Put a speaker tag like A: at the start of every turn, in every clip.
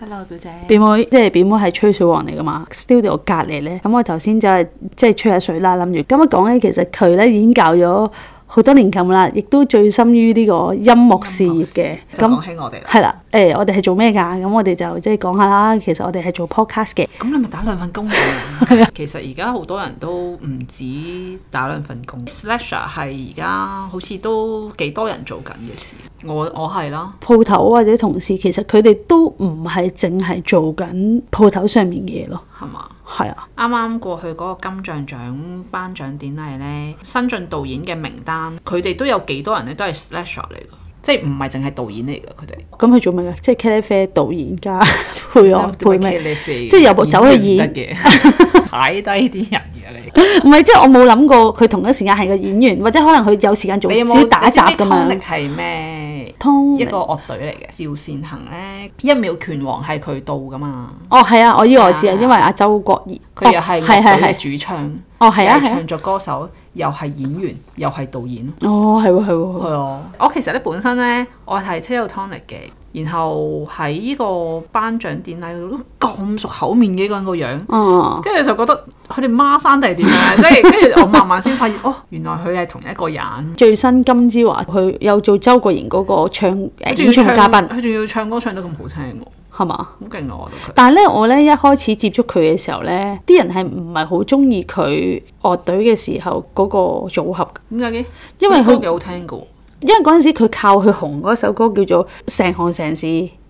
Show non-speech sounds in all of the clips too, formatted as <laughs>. A: Hello 表姐，
B: 表妹即係表妹係吹水王嚟噶嘛，studio 隔離咧，咁我頭先就係即係吹下水啦，諗住咁啊講起，其實佢咧已經教咗好多年咁啦，亦都醉心於呢個音樂事業嘅。
A: 就
B: 咁
A: 講起我哋啦。
B: 係啦，誒、我哋係做咩㗎？咁我哋就即係講下啦。其實我哋係做 podcast 嘅，
A: 咁你咪打兩份工 <laughs> 嘅。其實而家好多人都唔止打兩份工，slasher 係而家好似都幾多人做緊嘅事。我我係啦，
B: 鋪頭啊或者同事，其實佢哋都唔係淨係做緊鋪頭上面嘅嘢咯。
A: 係嘛？
B: 係啊，
A: 啱啱過去嗰個金像獎頒獎典禮呢，新晉導演嘅名單，佢哋都有幾多人呢？都係 slasher 嚟嘅，即係唔係淨係導演嚟嘅佢哋。
B: 咁佢做咩㗎？即係 k e l f 導演加配
A: <laughs>
B: 樂啊配咩？
A: 咩
B: 即係有部走去演
A: 嘅，
B: <laughs>
A: 睇低啲人嘅你。
B: 唔係，即係我冇諗過佢同一時間係個演員，或者可能佢有時間做
A: 你有
B: 少
A: 冇
B: 打雜咁
A: 咁樣？
B: 樣。
A: 係咩？
B: 通
A: 一個樂隊嚟嘅，嗯趙善恒咧，一秒拳王係佢到噶嘛，
B: 哦，係啊，我以為我知啊，
A: 啊
B: 因為阿周國賢，
A: 佢又係
B: 哦
A: 樂
B: 係係
A: 隊
B: 係，
A: 嘅主唱，
B: 哦係啊
A: 又係
B: 係啊，
A: 唱作歌手，又係演員，又係導演咯。
B: 哦係喎係喎，
A: 係啊，我其實咧本身咧，我係 t e l t o n i c 嘅，然後喺呢個頒獎典禮度都咁熟口面嘅一個人個樣。
B: 哦
A: 跟住就覺得佢哋孖生定係點啊
B: <laughs>
A: 咧？即係跟住我慢慢先發現，哦，原來佢係同一個人。
B: 最新金之華佢有做周國賢嗰個唱
A: 佢
B: 誒
A: 仲要
B: 演唱
A: 唱
B: 會嘉賓
A: 佢仲要唱歌唱得咁好聽喎，
B: 係嘛？
A: 好勁啊！我覺得佢。
B: 但係咧，我咧一開始接觸佢嘅時候咧，啲人係唔係好中意佢樂隊嘅時候嗰個組合？
A: 點解嘅？
B: 因為
A: 佢
B: 佢
A: 歌幾好聽噶喎。
B: 因為嗰陣時佢靠佢紅嗰首歌叫做《成行成市》，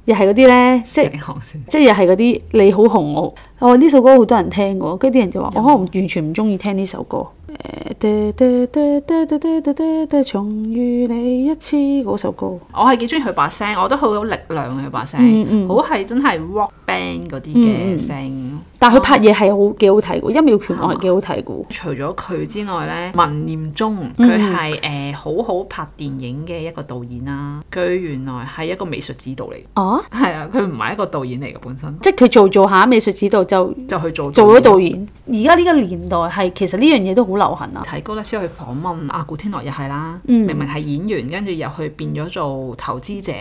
B: 又係嗰啲咧，即係
A: 成行成
B: 即係又係嗰啲你好紅我，哦呢首歌好多人聽過，跟住啲人就話我可能完全唔中意聽呢首歌。誒，噠噠噠噠噠噠噠噠重遇你一次嗰首歌，
A: 我係幾中意佢把聲，我覺得好有力量嘅佢把聲，
B: 嗯嗯
A: 好係真係 rock band 嗰啲嘅聲。
B: 但係佢拍嘢係好幾好睇嘅，一秒拳我係幾好睇嘅。
A: 除咗佢之外呢，文念中
B: 嗯
A: 佢係誒好好拍電影嘅一個導演啦。佢原來係一個美術指導嚟，
B: 啊，
A: <laughs> 係啊，佢唔係一個導演嚟嘅本身，
B: 即係佢做做下美術指導就
A: 就去做
B: 做咗
A: 導演。
B: 導演。而家呢個年代係其實呢樣嘢都好流行啊。
A: 睇高德超去訪問啊，古天樂又係啦，
B: 嗯
A: 明明係演員，跟住又去變咗做投資者，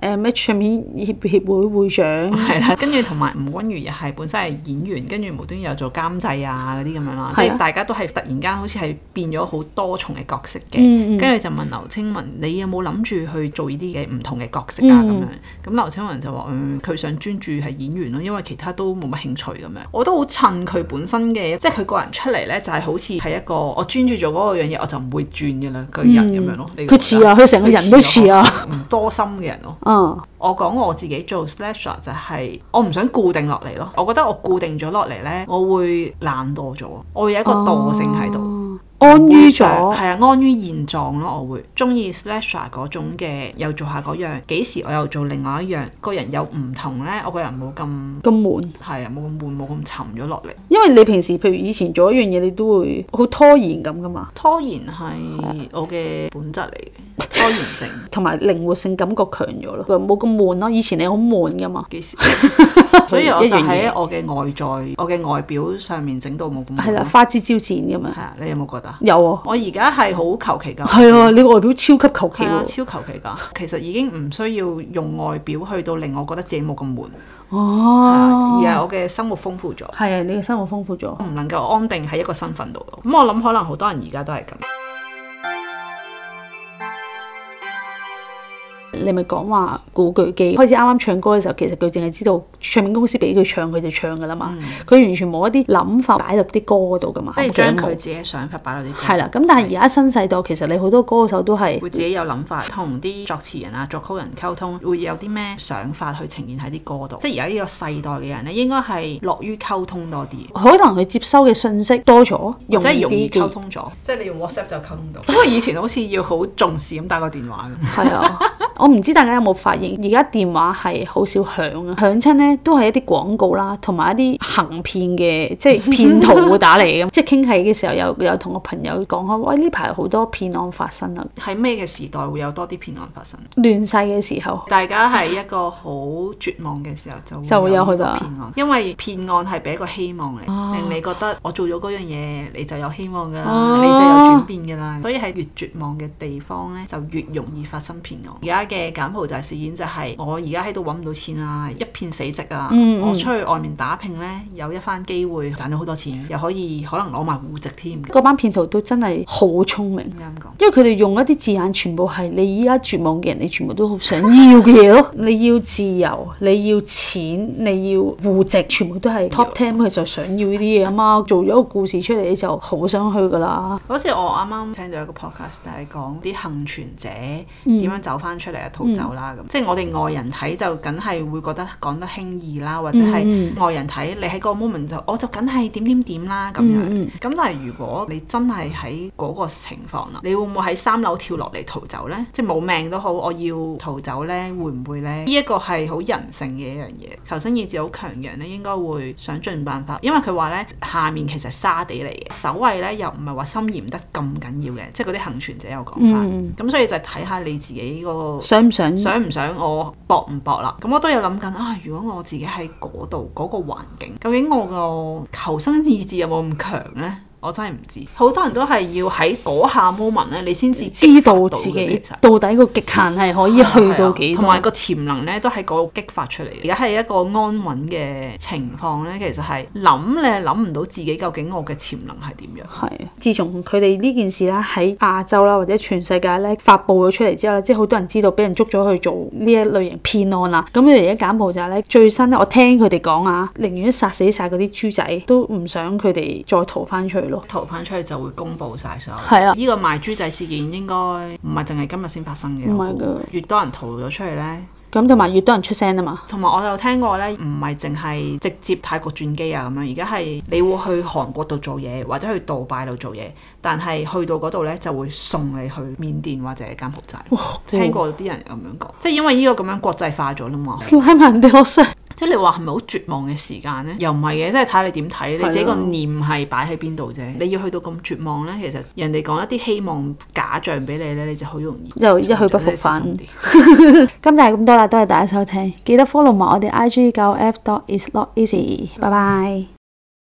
B: 誒咩唱片協協會會長，
A: 係啦，跟住同埋吳君如又係本身係演員，跟住無端又做監製啊嗰啲咁樣啦，即
B: 係啊
A: 係大家都係突然間好似係變咗好多重嘅角色嘅。
B: 嗯嗯，
A: 跟住就問劉青雲，你有冇諗住去做呢啲嘅唔同嘅角色啊？咁樣
B: 嗯
A: 咁劉青雲就話：嗯，佢想專注係演員咯，因為其他都冇乜興趣咁樣。我都好襯佢本身嘅，即係佢個人出嚟呢，就係好似係一個我專注做嗰個樣嘢，我就唔會轉嘅啦，佢人咁樣咯。你
B: 佢似啊，佢成個人都似啊，
A: 啊，唔多心嘅人咯。
B: 嗯。
A: 我講我自己做 slasher 就係我唔想固定落嚟咯，我覺得我固定咗落嚟呢，我會懶惰咗，我會有一個惰性喺度。
B: 哦安於
A: 係
B: 咗，
A: 啊，安於現狀咯。我會中意 slasher 嗰種嘅，又做下嗰樣，幾時我又做另外一樣，個人又唔同呢，我個人冇咁
B: 咁悶。
A: 係啊，冇咁悶，冇咁沉咗落嚟。
B: 因為你平時譬如以前做一樣嘢，你都會好拖延咁噶嘛，
A: 拖延係我嘅本質嚟嘅，拖延症
B: 同埋靈活性感覺強咗咯，冇咁悶咯。以前你好悶噶嘛，
A: 幾
B: <laughs>
A: 時？所以我就喺我嘅外在、我嘅外表上面整到冇咁悶
B: 係啦，
A: 咯，
B: 花枝招展咁樣
A: 係。啊，你有冇覺得啊？
B: 有啊，
A: 我而家係好求其㗎。
B: 係啊，你個外表超級求其
A: 係嗯啊，
B: 喎。
A: 超求其㗎。其實已經唔需要用外表去到令我覺得自己冇咁悶。
B: 哦，
A: 而係我嘅生活豐富咗，
B: 係啊，你嘅生活豐富咗。
A: 我唔能夠安定喺一個身份度咯。咁我諗可能好多人而家都係咁。
B: 你咪講話古巨基開始啱啱唱歌嘅時候，其實佢淨係知道唱片公司俾佢唱，佢就唱噶啦嘛。佢、完全冇一啲諗法擺入啲歌度噶嘛。
A: 即係
B: 我記得
A: 將佢
B: 冇
A: 自己嘅想法擺落啲歌，
B: 係啦，咁但係而家新世代其實你好多歌手都係
A: 會自己有諗法，同啲作詞人啊、作曲人溝通，會有啲咩想法去呈現喺啲歌度。即係而家呢個世代嘅人咧，應該係樂於溝通多啲。
B: 可能佢接收嘅信息多咗，
A: 即
B: 容
A: 係
B: 易
A: 容易溝
B: 啲嘅，
A: 通咗，即係你用 WhatsApp 就溝通到。因為以前好似要好重視咁打個電話咁，
B: 係啊。 <laughs> 我唔知大家有冇發現，而家電話係好少響啊，響親呢都係一啲廣告啦，同埋一啲行騙嘅， <laughs> 即係騙徒會打嚟嘅。即係傾偈嘅時候，有有同個朋友講開，喂呢排好多騙案發生啊，
A: 喺咩嘅時代會有多啲騙案發生？
B: 亂世嘅時候，
A: 大家係一個好絕望嘅時候就
B: 就會有啊
A: 好
B: 好
A: 多
B: 多
A: 騙案，因為騙案係俾一個希望你，令你覺得我做咗嗰樣嘢，你就有希望噶啦，
B: 哦
A: 你就有轉變噶啦。所以係越絕望嘅地方呢，就越容易發生騙案。而家嘅嘅柬埔寨事件就係我而家喺度揾唔到錢啊，一片死寂啊，
B: 嗯嗯
A: 我出去外面打拼呢，有一番機會賺咗好多錢，又可以可能攞埋户籍添。
B: 嗰班騙徒都真係好聰明。
A: 啱講。
B: 因為佢哋用一啲字眼，全部係你依家絕望嘅人，你全部都好想要嘅
A: <laughs>
B: 嘢咯。你要自由，你要錢，你要户籍，全部都係 top ten，佢就想要呢啲嘢啊嘛。做咗個故事出嚟，你就好想去噶啦。
A: 好似我啱啱聽到一個 podcast 就係講啲幸存者
B: 嗯
A: 點樣走翻出嚟啊，逃走啦咁。即係我哋外人睇就梗係會覺得講得輕易啦，或者
B: 嗯
A: 係外人睇你喺個 moment 就哦我就梗係點點點啦咁樣。咁、
B: 嗯
A: 但係如果你真係喺嗰個情況啦，你會唔會喺三樓跳落嚟逃走呢？即係冇命都好，我要逃走呢？會唔會呢？呢一個係好人性嘅一樣嘢。求生意志好強嘅人呢，應該會想盡辦法，因為佢話呢，下面其實係沙地嚟嘅，守衞呢又唔係話森嚴得咁緊要嘅，即係嗰啲幸存者有講法。
B: 嗯
A: 咁、所以就睇下你自己個
B: 想唔想？
A: 想唔想我搏唔搏啦？咁我都有諗緊啊！如果我自己喺嗰度嗰個環境，究竟我個求生意志有冇咁強呢？我真係唔知。好多人都係要喺嗰下 moment 咧，你先至
B: 知道自
A: 激
B: 己
A: 發
B: 到底個極限係可以去到幾
A: 係啊同
B: 多
A: 埋。個潛能咧都喺嗰度激發出嚟嘅。而家係一個安穩嘅情況咧，其實係諗你係諗唔到自己究竟我嘅潛能係點樣。
B: 係，自從佢哋呢件事啦喺亞洲啦或者全世界咧發布咗出嚟之後咧，即係好多人知道俾人捉咗去做呢一類型啊騙案啦。咁佢哋而家柬埔寨咧最新咧，我聽佢哋講啊，寧願殺死晒嗰啲豬仔，都唔想佢哋再逃翻出去咯。
A: 逃翻出去就會公佈晒所有。
B: 係啊
A: 呢個賣豬仔事件應該唔係淨係今日先發生嘅。
B: 唔係㗎
A: 我估越多人逃咗出去呢，
B: 咁同埋越多人出聲啊嘛，
A: 同埋我有聽過呢，唔係淨係直接泰國轉機啊咁樣，而家係你會去韓國度做嘢，或者去杜拜度做嘢，但係去到嗰度呢，就會送你去緬甸或者柬埔寨。聽過啲人咁樣講，即係因為呢個咁樣國際化咗啦嘛。
B: 拉埋人哋落水。
A: 即係你話係咪好絕望嘅時間呢？又唔係嘅，即係睇你點睇，你
B: 啊
A: 自己個念係擺喺邊度啫。你要去到咁絕望呢，其實人哋講一啲希望假象俾你呢，你就好容易
B: 就一去不復返
A: 你小心啲
B: 今集係咁多啦，多謝大家收聽，記得 follow 埋我哋 IG 九 F dot is not easy，拜拜。